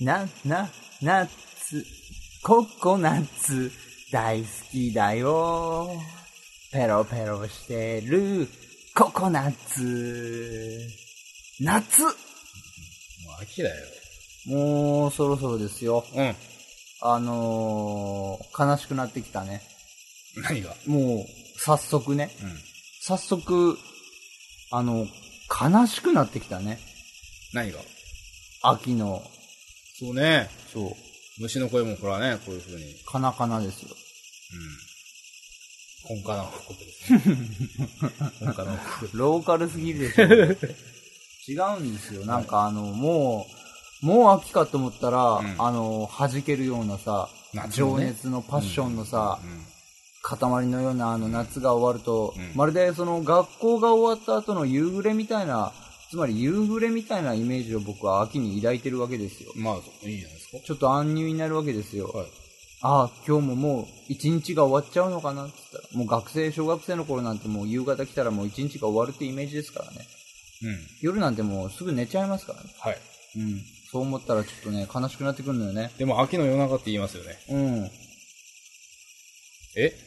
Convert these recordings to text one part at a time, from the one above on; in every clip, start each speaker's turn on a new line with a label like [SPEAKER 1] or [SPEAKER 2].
[SPEAKER 1] な、な、ナッツ、ココナッツ、大好きだよ。ペロペロしてる、ココナッツ。夏
[SPEAKER 2] もう秋だよ。
[SPEAKER 1] もうそろそろですよ。
[SPEAKER 2] うん。
[SPEAKER 1] あのー、悲しくなってきたね。
[SPEAKER 2] 何が
[SPEAKER 1] もう、早速ね。
[SPEAKER 2] うん。
[SPEAKER 1] 早速、あの、悲しくなってきたね。
[SPEAKER 2] 何が
[SPEAKER 1] 秋の、
[SPEAKER 2] そうね。
[SPEAKER 1] そう、
[SPEAKER 2] 虫の声もこれはね、こういう風に。
[SPEAKER 1] カナカナですよ。
[SPEAKER 2] うん。根幹な報告です ね。根幹な報告。
[SPEAKER 1] ローカルすぎる でしょ。違うんですよ。なんかあの、もう、もう秋かと思ったら、
[SPEAKER 2] ん
[SPEAKER 1] あの、弾けるようなさ、
[SPEAKER 2] 夏の
[SPEAKER 1] 情
[SPEAKER 2] ね
[SPEAKER 1] 熱のパッションのさ、
[SPEAKER 2] うん。
[SPEAKER 1] 塊のようなあの夏が終わると、
[SPEAKER 2] うん
[SPEAKER 1] まるでその学校が終わった後の夕暮れみたいな、つまり夕暮れみたいなイメージを僕は秋に抱いてるわけですよ。
[SPEAKER 2] まあ、いいじゃないです
[SPEAKER 1] ちょっと安入になるわけですよ。
[SPEAKER 2] か。はい。
[SPEAKER 1] ああ、今日ももう一日が終わっちゃうのかなって言ったら、もう学生、小学生の頃なんてもう夕方来たらもう一日が終わるってイメージですからね。
[SPEAKER 2] うん。
[SPEAKER 1] 夜なんてもうすぐ寝ちゃいますからね。
[SPEAKER 2] はい。
[SPEAKER 1] うん。そう思ったらちょっとね、悲しくなってくるのよね。
[SPEAKER 2] でも秋の夜中って言いますよね。
[SPEAKER 1] うん。
[SPEAKER 2] え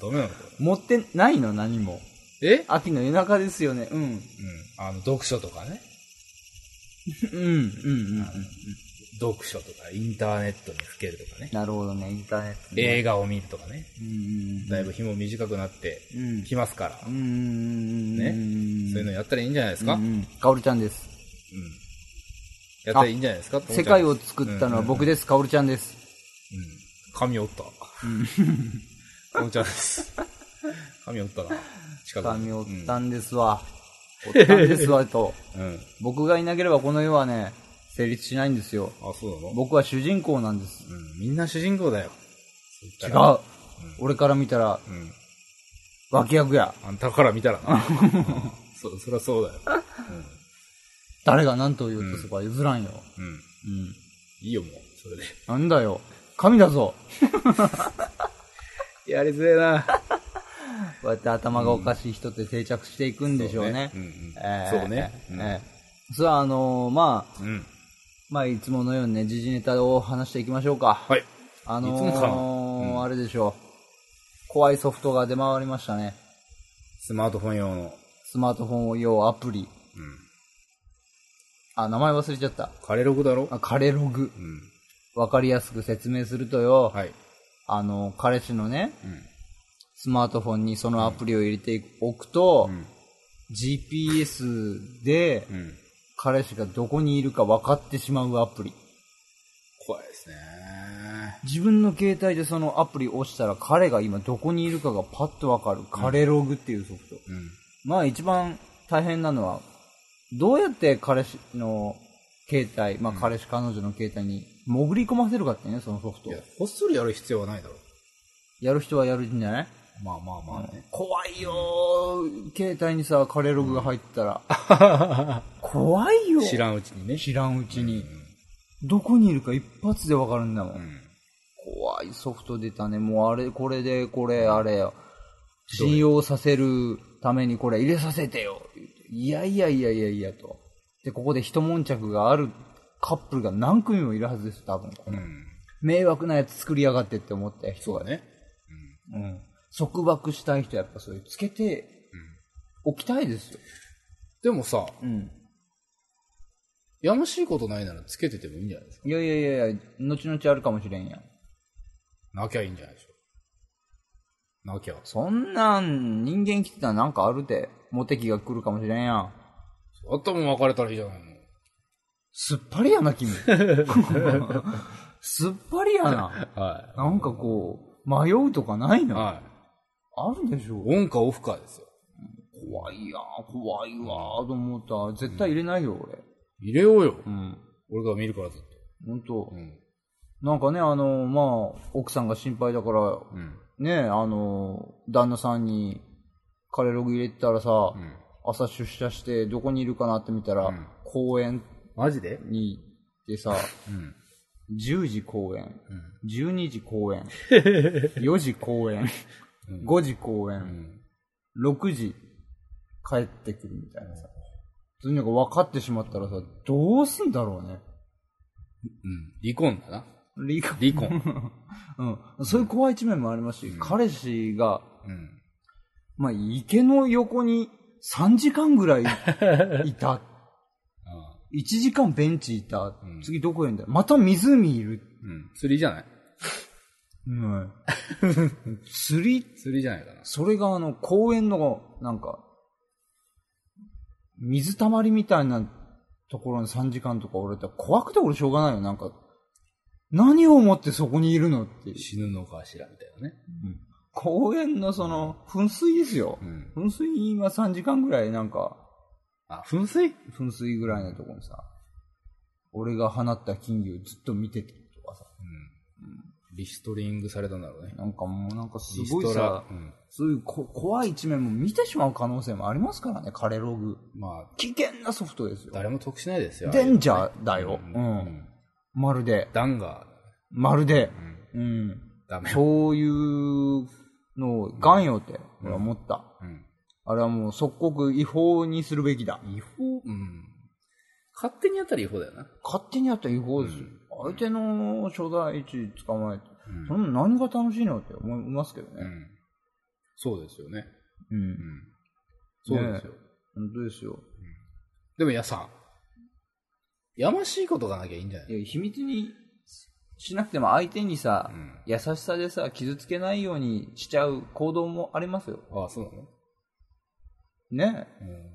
[SPEAKER 2] ダメなのこ
[SPEAKER 1] 持ってないの何も。
[SPEAKER 2] れ。え
[SPEAKER 1] 秋の夜中ですよね。うん。
[SPEAKER 2] うん。あの、読書とかね。
[SPEAKER 1] うん、うん、うんうん。
[SPEAKER 2] 読書とか、インターネットにふけるとかね。
[SPEAKER 1] なるほどね、インターネット、ね。
[SPEAKER 2] 映画を見るとかね。
[SPEAKER 1] うんうん
[SPEAKER 2] だいぶ日も短くなって
[SPEAKER 1] うん
[SPEAKER 2] きますから。
[SPEAKER 1] うん。うんうんうん。
[SPEAKER 2] ね
[SPEAKER 1] うん
[SPEAKER 2] そういうのやったらいいんじゃないですか、
[SPEAKER 1] う
[SPEAKER 2] うんん
[SPEAKER 1] うん。かおるちゃんです。
[SPEAKER 2] やったらいいんじゃないですか
[SPEAKER 1] 世界を作ったのは僕
[SPEAKER 2] で、
[SPEAKER 1] です、かおるちゃんです。
[SPEAKER 2] うんうん髪折った。かおちゃんです。 髪折ったな。近くに
[SPEAKER 1] 髪を折ったんですわ。折ったんですわ、と。
[SPEAKER 2] うん。うん
[SPEAKER 1] 僕がいなければこの世はね、成立しないんですよ。
[SPEAKER 2] あ、そうなの
[SPEAKER 1] 僕は主人公なんです。
[SPEAKER 2] うん、みんな主人公だよ。
[SPEAKER 1] 違う
[SPEAKER 2] う。
[SPEAKER 1] 俺から見たら、
[SPEAKER 2] うん。
[SPEAKER 1] 脇役や。
[SPEAKER 2] あんたから見たら な。うんそ、そりゃそうだよ。
[SPEAKER 1] 誰が何と言おうとすれば譲らんよ。
[SPEAKER 2] うん。
[SPEAKER 1] うん。
[SPEAKER 2] いいよ、もう。それで。
[SPEAKER 1] なんだよ。神だぞ。
[SPEAKER 2] やりづれえな。
[SPEAKER 1] こうやって頭がおかしい人って定着していくんでしょうね
[SPEAKER 2] そうねうんうん。
[SPEAKER 1] えー
[SPEAKER 2] そうねうん
[SPEAKER 1] えーそれはあのー、まあ、
[SPEAKER 2] うん。
[SPEAKER 1] まあいつものようにね、時事ネタを話していきましょうか。
[SPEAKER 2] はい。
[SPEAKER 1] あ
[SPEAKER 2] いつもかな
[SPEAKER 1] のー、あれでしょう。怖いソフトが出回りましたね。
[SPEAKER 2] スマートフォン用の。
[SPEAKER 1] スマートフォン用アプリ。
[SPEAKER 2] うん。
[SPEAKER 1] あ、名前忘れちゃった。
[SPEAKER 2] カレログだろ
[SPEAKER 1] あ彼ログ。
[SPEAKER 2] うん。
[SPEAKER 1] わかりやすく説明するとよ、
[SPEAKER 2] はい。
[SPEAKER 1] あの、彼氏のね、
[SPEAKER 2] うん。
[SPEAKER 1] スマートフォンにそのアプリを入れておくと、
[SPEAKER 2] ん
[SPEAKER 1] GPS で
[SPEAKER 2] うん。
[SPEAKER 1] 彼氏がどこにいるか分かってしまうアプリ。
[SPEAKER 2] 怖いですね。
[SPEAKER 1] 自分の携帯でそのアプリを押したら彼が今どこにいるかがパッと分かる彼ログっていうソフト。
[SPEAKER 2] うん。
[SPEAKER 1] まあ一番大変なのは、どうやって彼氏の携帯、まあ彼氏彼女の携帯に潜り込ませるかってね、そのソフト
[SPEAKER 2] い
[SPEAKER 1] を
[SPEAKER 2] や。、ほっそりやる必要はないだろ。
[SPEAKER 1] やる人はやるんじゃない
[SPEAKER 2] まあまあまあね。
[SPEAKER 1] 怖いよー携帯にさ、カレログが入ってたら。 怖いよ
[SPEAKER 2] 知らんうちにね。
[SPEAKER 1] 知らんうちに。どこにいるか一発でわかるんだもん。
[SPEAKER 2] ん
[SPEAKER 1] 怖いソフト出たね。もうあれ、これで、これ、あれよ。信用させるためにこれ入れさせてよ。いやいやいやいやいやと。で、ここで一悶着があるカップルが何組もいるはずです、多分。
[SPEAKER 2] うん。
[SPEAKER 1] 迷惑なやつ作りやがってって思った人
[SPEAKER 2] そう
[SPEAKER 1] が
[SPEAKER 2] だね。
[SPEAKER 1] うん束縛したい人はやっぱそれつけておきたいですよ。
[SPEAKER 2] でもさ、
[SPEAKER 1] うん。
[SPEAKER 2] やましいことないならつけててもいいんじゃないですか。
[SPEAKER 1] いやいやいやいや、後々あるかもしれんやん。
[SPEAKER 2] なきゃいいんじゃないでしょう。なきゃ。
[SPEAKER 1] そんなん、人間来てたらなんかあるで。モテ期が来るかもしれんやん。
[SPEAKER 2] あったもん別れたらいいじゃないの。
[SPEAKER 1] すっぱりやな、君。すっぱりやな。
[SPEAKER 2] は
[SPEAKER 1] なんかこう、迷うとかないの、
[SPEAKER 2] は
[SPEAKER 1] あるでしょ
[SPEAKER 2] い。オンかオフかですよ。
[SPEAKER 1] 怖いやん怖いわーと思った。絶対入れないよ、俺。
[SPEAKER 2] 入れようよ。
[SPEAKER 1] うん。
[SPEAKER 2] 俺が見るからずっと。
[SPEAKER 1] ほんと
[SPEAKER 2] う。ん。
[SPEAKER 1] なんかね、あの、まあ、奥さんが心配だから、
[SPEAKER 2] うん。
[SPEAKER 1] ねえ、あの、旦那さんに、彼ログ入れてたらさ、
[SPEAKER 2] ん
[SPEAKER 1] 朝出社して、どこにいるかなって見たら、
[SPEAKER 2] うん
[SPEAKER 1] 公園
[SPEAKER 2] マジで
[SPEAKER 1] に行って さ、
[SPEAKER 2] うん。
[SPEAKER 1] 10時公園、
[SPEAKER 2] うん。
[SPEAKER 1] 12時公 園、4時公園、5時公
[SPEAKER 2] う
[SPEAKER 1] 園、
[SPEAKER 2] ん。
[SPEAKER 1] 6時帰ってくるみたいなさ。そういうのが分かってしまったらさ、どうすんだろうね。
[SPEAKER 2] 離婚だな。
[SPEAKER 1] 離婚。
[SPEAKER 2] 離 婚。
[SPEAKER 1] うん。そういう怖い一面もありますし、彼氏が、
[SPEAKER 2] うん。
[SPEAKER 1] まあ、池の横に3時間ぐらい いた。
[SPEAKER 2] ああ
[SPEAKER 1] 1時間ベンチいた
[SPEAKER 2] ん。
[SPEAKER 1] 次どこへんだよ。また湖いる。
[SPEAKER 2] うん。釣りじゃない
[SPEAKER 1] うん。釣り、
[SPEAKER 2] 釣りじゃないかな。
[SPEAKER 1] それがあの、公園の、なんか、水たまりみたいなところに3時間とか俺って怖くて俺しょうがないよ。なんか、何を思ってそこにいるのっていう。
[SPEAKER 2] 死ぬのかしらみたいなね。
[SPEAKER 1] 公園のその、噴水ですよ
[SPEAKER 2] う。ん。
[SPEAKER 1] 噴水が3時間ぐらいなんか、
[SPEAKER 2] あ、噴水
[SPEAKER 1] 噴水ぐらいのとこにさ、俺が放った金魚ずっと見ててとかさ、
[SPEAKER 2] リストリングされたんだろうね。
[SPEAKER 1] なんかもうなんかす
[SPEAKER 2] リ
[SPEAKER 1] ご
[SPEAKER 2] ス
[SPEAKER 1] い
[SPEAKER 2] トラ
[SPEAKER 1] さ、、
[SPEAKER 2] うん。
[SPEAKER 1] そういうこ怖い一面も見てしまう可能性もありますからね、カレログ。
[SPEAKER 2] まあ、
[SPEAKER 1] 危険なソフトですよ。
[SPEAKER 2] 誰も得しないですよ。
[SPEAKER 1] デンジ
[SPEAKER 2] あ
[SPEAKER 1] ャーだ
[SPEAKER 2] あいうの
[SPEAKER 1] よ。
[SPEAKER 2] ね
[SPEAKER 1] う
[SPEAKER 2] うん
[SPEAKER 1] ん。まるで、
[SPEAKER 2] ダンが
[SPEAKER 1] まるで。うん。
[SPEAKER 2] ダメ。
[SPEAKER 1] そういうのを、ガンよって、俺は思った。
[SPEAKER 2] うん。
[SPEAKER 1] あれはもう即刻違法にするべきだ。
[SPEAKER 2] 違法うん。勝手にやったら違法だよな。
[SPEAKER 1] 勝手にやったら違法ですよ。相手の所在地捕まえて、
[SPEAKER 2] うん
[SPEAKER 1] そんな何が楽しいのって思いますけど
[SPEAKER 2] う
[SPEAKER 1] ね。
[SPEAKER 2] ん。そうですよね。
[SPEAKER 1] う。
[SPEAKER 2] うんん。そうですよ。
[SPEAKER 1] 本当ですよ。
[SPEAKER 2] でも、やさん。やましいことがなきゃいいんじゃない
[SPEAKER 1] いや、秘密にしなくても相手にさ、
[SPEAKER 2] うん
[SPEAKER 1] 優しさでさ、傷つけないようにしちゃう行動もありますよ。
[SPEAKER 2] ああ、そうなの
[SPEAKER 1] ね
[SPEAKER 2] うん。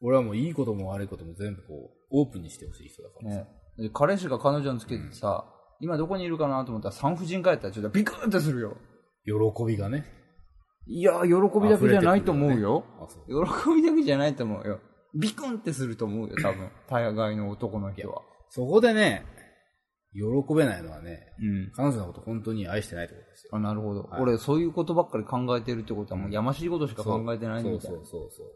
[SPEAKER 2] 俺はもういいことも悪いことも全部こう、オープンにしてほしい人だか
[SPEAKER 1] え。
[SPEAKER 2] らさ。
[SPEAKER 1] ねえで彼氏が彼女につけてさ、今どこにいるかなと思ったら産婦人科やったらちょっとビクッてするよ。
[SPEAKER 2] 喜びがね。
[SPEAKER 1] いや、喜びだけじゃないと思うよ。
[SPEAKER 2] あ、そう。
[SPEAKER 1] 喜びだけじゃないと思うよ。ビクンってすると思うよ、多 分。大概の男の人は。
[SPEAKER 2] そこでね、喜べないのはね、
[SPEAKER 1] うん。
[SPEAKER 2] 彼女のこと本当に愛してないってことですよ。
[SPEAKER 1] あなるほど、
[SPEAKER 2] はい
[SPEAKER 1] 俺、そういうことばっかり考えてるってことは、もうやましいことしか考えてないみたいな。
[SPEAKER 2] そうそうそうそう。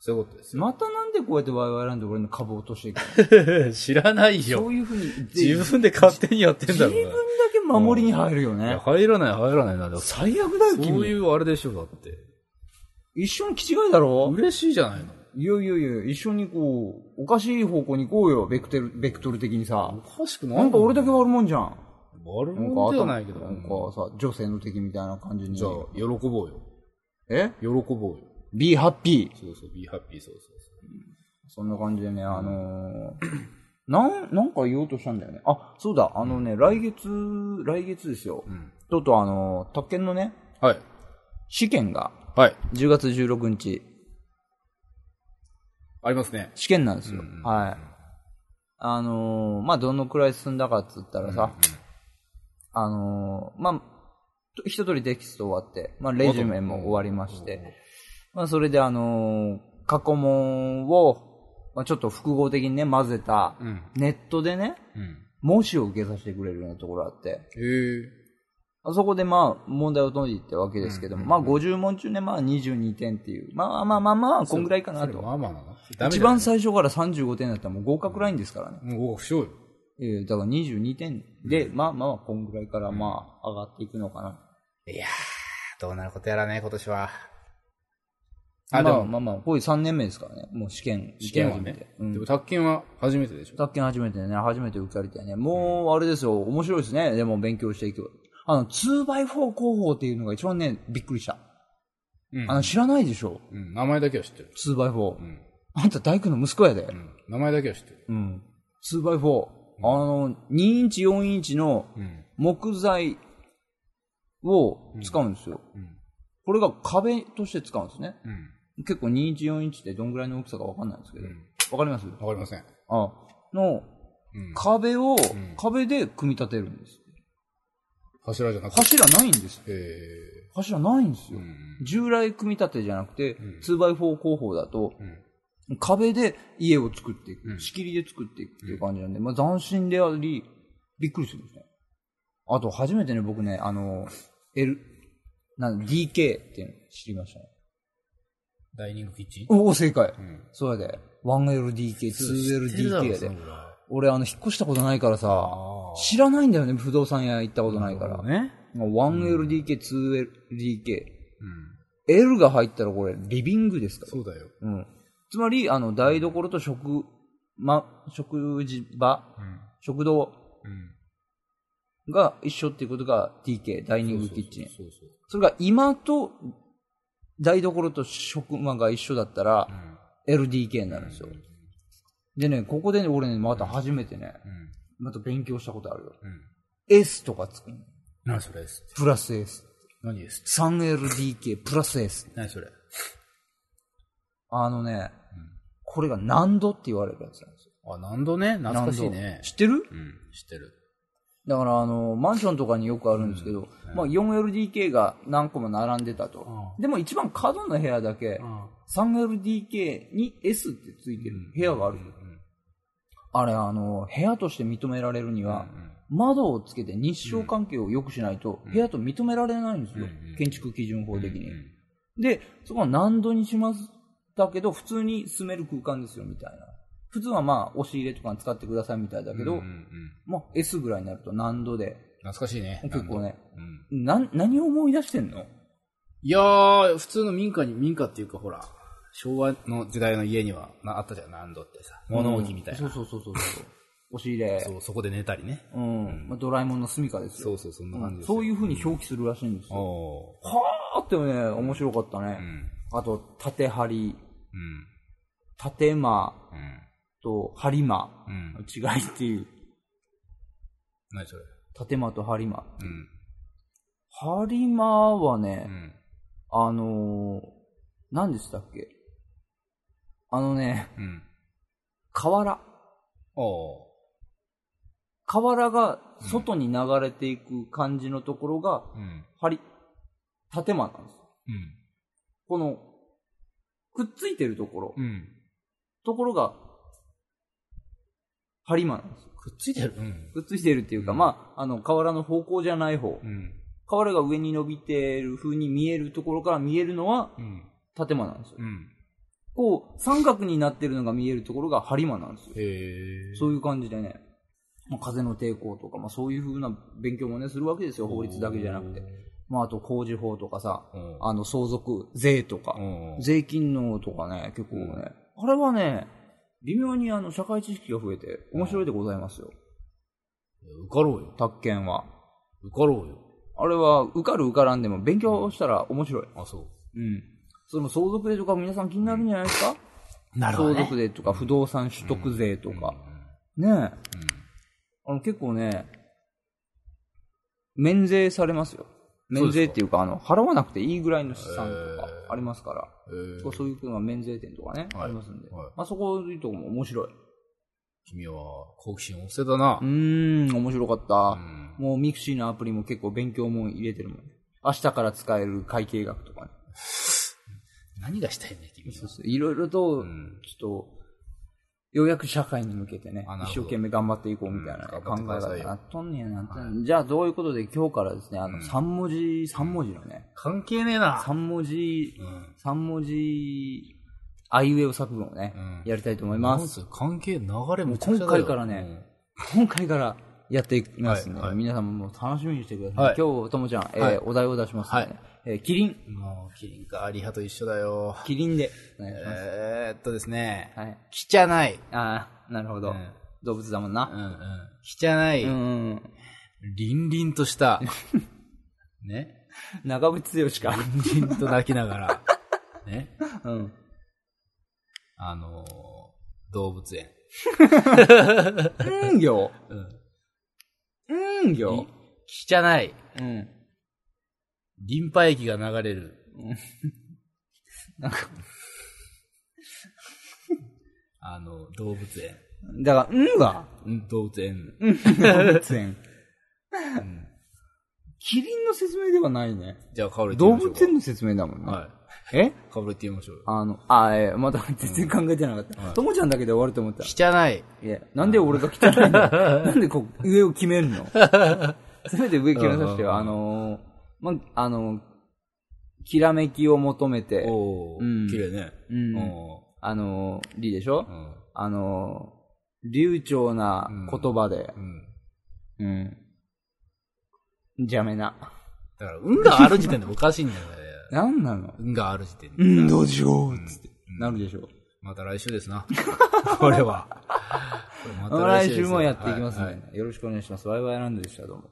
[SPEAKER 2] そういうことですよ。
[SPEAKER 1] またなんでこうやってワイワイランド俺の株を落としていく
[SPEAKER 2] 知らない
[SPEAKER 1] のそう。いうふうに。で
[SPEAKER 2] 分で勝手にやって
[SPEAKER 1] 自分だけ守りに入るよね。
[SPEAKER 2] 入らない入らないなんだ
[SPEAKER 1] 最悪だよ、
[SPEAKER 2] そう
[SPEAKER 1] 君。
[SPEAKER 2] いうあれでしょ、だって。
[SPEAKER 1] 一緒に気違いだろ
[SPEAKER 2] 嬉しいじゃないの。
[SPEAKER 1] いやいやいや、一緒にこう、おかしい方向に行こうよ、ベクテル、ベクトル的にさ。
[SPEAKER 2] おかしくない
[SPEAKER 1] なんか俺だけ悪もんじゃん。
[SPEAKER 2] 悪
[SPEAKER 1] なん
[SPEAKER 2] 者
[SPEAKER 1] か
[SPEAKER 2] ではないけど。
[SPEAKER 1] なんかさ、女性の敵みたいな感じに。
[SPEAKER 2] じゃあ、喜ぼうよ。
[SPEAKER 1] え
[SPEAKER 2] 喜ぼうよ。
[SPEAKER 1] ?be happy!
[SPEAKER 2] そうそう、be happy, そうそうそ
[SPEAKER 1] そんな感じでね、あの ー、なん、なんか言おうとしたんだよね。あ、そうだ、あのね、来月、来月ですよ。
[SPEAKER 2] う。うん。
[SPEAKER 1] ちょっとあのー、宅建のね、
[SPEAKER 2] はい。
[SPEAKER 1] 試験が、
[SPEAKER 2] はい。
[SPEAKER 1] 10月16日、
[SPEAKER 2] ありますね。
[SPEAKER 1] 試験なんですよ。
[SPEAKER 2] うん
[SPEAKER 1] はい。あのー、まあ、どのくらい進んだかっつったらさ、あのー、まあ、と一通りテキスト終わって、まあ、レジュメも終わりまして、まあ、それであのー、過去問を、まあ、ちょっと複合的にね、混ぜた、
[SPEAKER 2] うん。
[SPEAKER 1] ネットでね、
[SPEAKER 2] うん。
[SPEAKER 1] 模試を受けさせてくれるようなところあって、
[SPEAKER 2] へえ。
[SPEAKER 1] あそこでまあ問題を解いてってわけですけども、まあ50問中ね、まあ22点っていう、まあまあまあまあ、こんぐらいかな
[SPEAKER 2] それ
[SPEAKER 1] と。
[SPEAKER 2] まあまあなのダメ
[SPEAKER 1] 一
[SPEAKER 2] じゃん
[SPEAKER 1] 番最初から35点だったらもう合格ラインですからね。
[SPEAKER 2] もう合格しようよ。
[SPEAKER 1] ええだから22点で、まあまあまあこんぐらいからまあ上がっていくのかな。
[SPEAKER 2] いやー、どうなることやらね、今年は。
[SPEAKER 1] ま
[SPEAKER 2] あ、
[SPEAKER 1] あ
[SPEAKER 2] でも、
[SPEAKER 1] まあまあ、こういう3年目ですからね、もう試験、
[SPEAKER 2] 試験は
[SPEAKER 1] 受け始め
[SPEAKER 2] ね
[SPEAKER 1] て。う
[SPEAKER 2] で
[SPEAKER 1] ん
[SPEAKER 2] も、卓研は初めてでしょ。
[SPEAKER 1] 卓研初めてね、初めて受かりたいね。もう、あれですよ、面白いですね。でも勉強していく。あの、2x4 広報っていうのが一番ね、びっくりした。
[SPEAKER 2] うん
[SPEAKER 1] あの、知らないでしょ
[SPEAKER 2] うん。名前だけは知ってる。
[SPEAKER 1] ?2x4。
[SPEAKER 2] ん
[SPEAKER 1] あんた大工の息子やで。
[SPEAKER 2] うん。名前だけは知ってる。
[SPEAKER 1] うん。2x4。あの、2インチ、4インチの
[SPEAKER 2] うん。
[SPEAKER 1] 木材を使うんですよ。
[SPEAKER 2] うん。
[SPEAKER 1] これが壁として使うんですね。
[SPEAKER 2] うん。
[SPEAKER 1] 結構2インチ、4インチってどんぐらいの大きさかわかんないんですけど。わ、かります
[SPEAKER 2] わかりません。
[SPEAKER 1] あ、の、
[SPEAKER 2] うん。
[SPEAKER 1] 壁を、壁で組み立てるんです。
[SPEAKER 2] 柱じゃなくて。
[SPEAKER 1] 柱ないんです。
[SPEAKER 2] へ
[SPEAKER 1] 柱ないんです
[SPEAKER 2] ー
[SPEAKER 1] よ
[SPEAKER 2] う。ん。
[SPEAKER 1] 従来組み立てじゃなくて、
[SPEAKER 2] ん
[SPEAKER 1] 2x4 工法だと、
[SPEAKER 2] うん。
[SPEAKER 1] 壁で家を作っていく、
[SPEAKER 2] うん
[SPEAKER 1] 仕切りで作っていくっていう感じなんで、まあ斬新であり、びっくりするんですね。あと、初めてね、僕ね、あの、L、なん、DK っていうの知りましたね。
[SPEAKER 2] ダイニングキッチン
[SPEAKER 1] おお、正解。
[SPEAKER 2] ん
[SPEAKER 1] そうやで。1LDK、2LDK やで。
[SPEAKER 2] あ
[SPEAKER 1] 俺、あの、引っ越したことないからさ、
[SPEAKER 2] あ
[SPEAKER 1] 知らないんだよね、不動産屋行ったことないから。
[SPEAKER 2] ね。
[SPEAKER 1] 1LDK、2LDK。
[SPEAKER 2] うん。
[SPEAKER 1] L が入ったらこれ、リビングですから。
[SPEAKER 2] そうだよ。
[SPEAKER 1] うん。つまり、あの、台所と食、ま、食事場
[SPEAKER 2] うん。
[SPEAKER 1] 食堂
[SPEAKER 2] うん。
[SPEAKER 1] が一緒っていうことが TK、ダイニングキッチン。
[SPEAKER 2] そうそうそう
[SPEAKER 1] それが今と台所と食間が一緒だったら
[SPEAKER 2] そう。う、ん。
[SPEAKER 1] LDK になるんですよ。でね、ここでね、俺ね、また初めてね、
[SPEAKER 2] うん。
[SPEAKER 1] また勉強したことあるよ。
[SPEAKER 2] うん。
[SPEAKER 1] S とかつくの
[SPEAKER 2] 何それです
[SPEAKER 1] プラス S。
[SPEAKER 2] 何です
[SPEAKER 1] 3LDK プラス S。
[SPEAKER 2] 何それ
[SPEAKER 1] あのね、これが何度って言われるやつなんですよ。
[SPEAKER 2] あ、何度ね懐かしいね
[SPEAKER 1] 難。度知ってる
[SPEAKER 2] うん、知ってる。
[SPEAKER 1] だからあの、マンションとかによくあるんですけど、まあ 4LDK が何個も並んでたと。でも一番角の部屋だけ、3LDK に S ってついてる部屋がある。あれ、あの、部屋として認められるには、窓をつけて日照関係を良くしないと、部屋と認められないんですよ。建築基準法的に。で、そこは何度にしますだけど、普通に住める空間ですよ、みたいな。普通はまあ、押し入れとかに使ってくださいみたいだけど、
[SPEAKER 2] うんうん。
[SPEAKER 1] まあ、S ぐらいになると何度で、
[SPEAKER 2] 懐かしいね。
[SPEAKER 1] 結構ね、
[SPEAKER 2] うん。
[SPEAKER 1] なん何を思い出してんの
[SPEAKER 2] いやー、普通の民家に、民家っていうかほら、昭和の時代の家にはなあったじゃん、何度ってさ。物置みたいな。
[SPEAKER 1] うんそうそうそうそう そう。押し入れ。
[SPEAKER 2] そう、そこで寝たりね。
[SPEAKER 1] うん。まあ、ドラえもんの住処ですよ。
[SPEAKER 2] そうそう、そんな感じですよ。
[SPEAKER 1] そういう風に表記するらしいんですよ。
[SPEAKER 2] おー
[SPEAKER 1] はーってね、面白かったね。
[SPEAKER 2] うん。
[SPEAKER 1] あと、縦張り、
[SPEAKER 2] うん。
[SPEAKER 1] 縦間
[SPEAKER 2] うん。
[SPEAKER 1] と張間
[SPEAKER 2] うん。
[SPEAKER 1] の違いっていう。
[SPEAKER 2] 何それ
[SPEAKER 1] 縦間と張間。
[SPEAKER 2] うん。
[SPEAKER 1] 張間はね、
[SPEAKER 2] うん。
[SPEAKER 1] あのー、何でしたっけあのね、
[SPEAKER 2] うん。
[SPEAKER 1] 河原。
[SPEAKER 2] おー
[SPEAKER 1] 河原が外に流れていく感じのところが、
[SPEAKER 2] うん。
[SPEAKER 1] 針、縦間なんです。
[SPEAKER 2] うん。
[SPEAKER 1] この、くっついてるところ、
[SPEAKER 2] うん。
[SPEAKER 1] ところが、針間なんです。
[SPEAKER 2] くっついてるうん。
[SPEAKER 1] くっついてるっていうか、まあ、あの、河原の方向じゃない方
[SPEAKER 2] う、ん。
[SPEAKER 1] 河原が上に伸びてる風に見えるところから見えるのは
[SPEAKER 2] うん。
[SPEAKER 1] 縦間なんですよ。
[SPEAKER 2] うん。
[SPEAKER 1] こう、三角になってるのが見えるところが針間なんですよ。
[SPEAKER 2] へえ。
[SPEAKER 1] そういう感じでね、まあ、風の抵抗とか、まあ、そういう風な勉強もね、するわけですよ。法律だけじゃなくて。まあ、あと工事法とかさ、
[SPEAKER 2] うん。
[SPEAKER 1] あの、相続税とか、
[SPEAKER 2] うん。
[SPEAKER 1] 税金のとかね、結構ね、あれはね、微妙にあの社会知識が増えて面白いでございますよ、
[SPEAKER 2] 受かろうよ。
[SPEAKER 1] 宅建は。
[SPEAKER 2] 受かろうよ。
[SPEAKER 1] あれは受かる受からんでも勉強したら面白い。
[SPEAKER 2] あ、そ
[SPEAKER 1] うん。その相続税とか皆さん気になるんじゃないですか、
[SPEAKER 2] う。な
[SPEAKER 1] 相続税とか不動産取得税とか。ねえ。あの結構ね、免税されますよ。免税っていうか、あの、払わなくていいぐらいの資産とかありますから。
[SPEAKER 2] え
[SPEAKER 1] そういうのが免税店とかね、
[SPEAKER 2] はい
[SPEAKER 1] ありますんで。
[SPEAKER 2] はい
[SPEAKER 1] まあそこいうとこも面白い。
[SPEAKER 2] 君は好奇心旺盛だな
[SPEAKER 1] う。ーん、面白かった。
[SPEAKER 2] ん。
[SPEAKER 1] もうミクシーのアプリも結構勉強も入れてるもんね。明日から使える会計学とかね。
[SPEAKER 2] 何がしたいんだよ、君は。
[SPEAKER 1] そうそういろいろと、
[SPEAKER 2] ん。
[SPEAKER 1] ちょっと、ようやく社会に向けてね
[SPEAKER 2] あな、るほど
[SPEAKER 1] 一生懸命頑張っていこうみたいなね、
[SPEAKER 2] うん
[SPEAKER 1] 考え
[SPEAKER 2] 頑張って
[SPEAKER 1] 方
[SPEAKER 2] ください
[SPEAKER 1] に
[SPEAKER 2] よ
[SPEAKER 1] なっとんねやなって、じゃあどういうことで今日からですね、あの、3文字、三文字のね、
[SPEAKER 2] 関係ねえな。
[SPEAKER 1] 3文字、
[SPEAKER 2] うん。
[SPEAKER 1] 3文字、あいうえお作文をね、
[SPEAKER 2] うん
[SPEAKER 1] やりたいと思います。
[SPEAKER 2] 関係、流れも
[SPEAKER 1] 今回からね、今回からやっていきますね、
[SPEAKER 2] はいはい
[SPEAKER 1] 皆さんも楽しみにしてください、
[SPEAKER 2] はい
[SPEAKER 1] 今日ともちゃん、えー
[SPEAKER 2] はい
[SPEAKER 1] お題を出しますので、ねえーキリン
[SPEAKER 2] もう、キリンか、リハと一緒だよ。
[SPEAKER 1] キリンでお願いします、
[SPEAKER 2] えーっとですね。
[SPEAKER 1] はい
[SPEAKER 2] きちゃない。
[SPEAKER 1] ああなるほど、
[SPEAKER 2] うん
[SPEAKER 1] 動物だもん
[SPEAKER 2] う
[SPEAKER 1] なん
[SPEAKER 2] うん。きちゃない。
[SPEAKER 1] うん、うん、
[SPEAKER 2] りんりん とした。ね。
[SPEAKER 1] 長渕剛か、
[SPEAKER 2] りんと泣きながら。ね。
[SPEAKER 1] うん、
[SPEAKER 2] あのー、動物園。
[SPEAKER 1] うんぎょ
[SPEAKER 2] うん。
[SPEAKER 1] うんぎょ
[SPEAKER 2] りきちゃない。
[SPEAKER 1] うん
[SPEAKER 2] リンパ液が流れる。
[SPEAKER 1] なんか
[SPEAKER 2] あの、動物園。
[SPEAKER 1] だから「うん」が
[SPEAKER 2] うん、動物園。
[SPEAKER 1] 動物 園キリンの説明ではないね
[SPEAKER 2] じゃあ、カオル
[SPEAKER 1] 動物園
[SPEAKER 2] の
[SPEAKER 1] の説明だもんね、
[SPEAKER 2] は
[SPEAKER 1] え
[SPEAKER 2] い。カオルって言いましょうよ。
[SPEAKER 1] あの、あ、えー、まだ全然考えてなかった。ともちゃんだけで終わると思った。
[SPEAKER 2] きちゃない。
[SPEAKER 1] いや、なんで俺が汚いんだよ なんでこう、上を決めるの せめて上決めさせてよ。あのー、ま、あのー、きらめきを求めて、
[SPEAKER 2] おお、
[SPEAKER 1] うん
[SPEAKER 2] 綺麗ね。
[SPEAKER 1] うん
[SPEAKER 2] お
[SPEAKER 1] あのー、りでしょ、
[SPEAKER 2] ーうん。
[SPEAKER 1] あのー、流暢な言葉で
[SPEAKER 2] う、ん。
[SPEAKER 1] うん。邪めな。
[SPEAKER 2] だから、運がある時点でおかしいんだよね。
[SPEAKER 1] なんなの
[SPEAKER 2] 運がある時点
[SPEAKER 1] う
[SPEAKER 2] で。
[SPEAKER 1] ん、どうしよう、つって。なるでしょ
[SPEAKER 2] また来週ですな。これは。また
[SPEAKER 1] 来
[SPEAKER 2] です
[SPEAKER 1] 週
[SPEAKER 2] ね
[SPEAKER 1] もやっていきますんで
[SPEAKER 2] はい
[SPEAKER 1] ね。よろしくお願いします。ワイワイランドでした、どうも。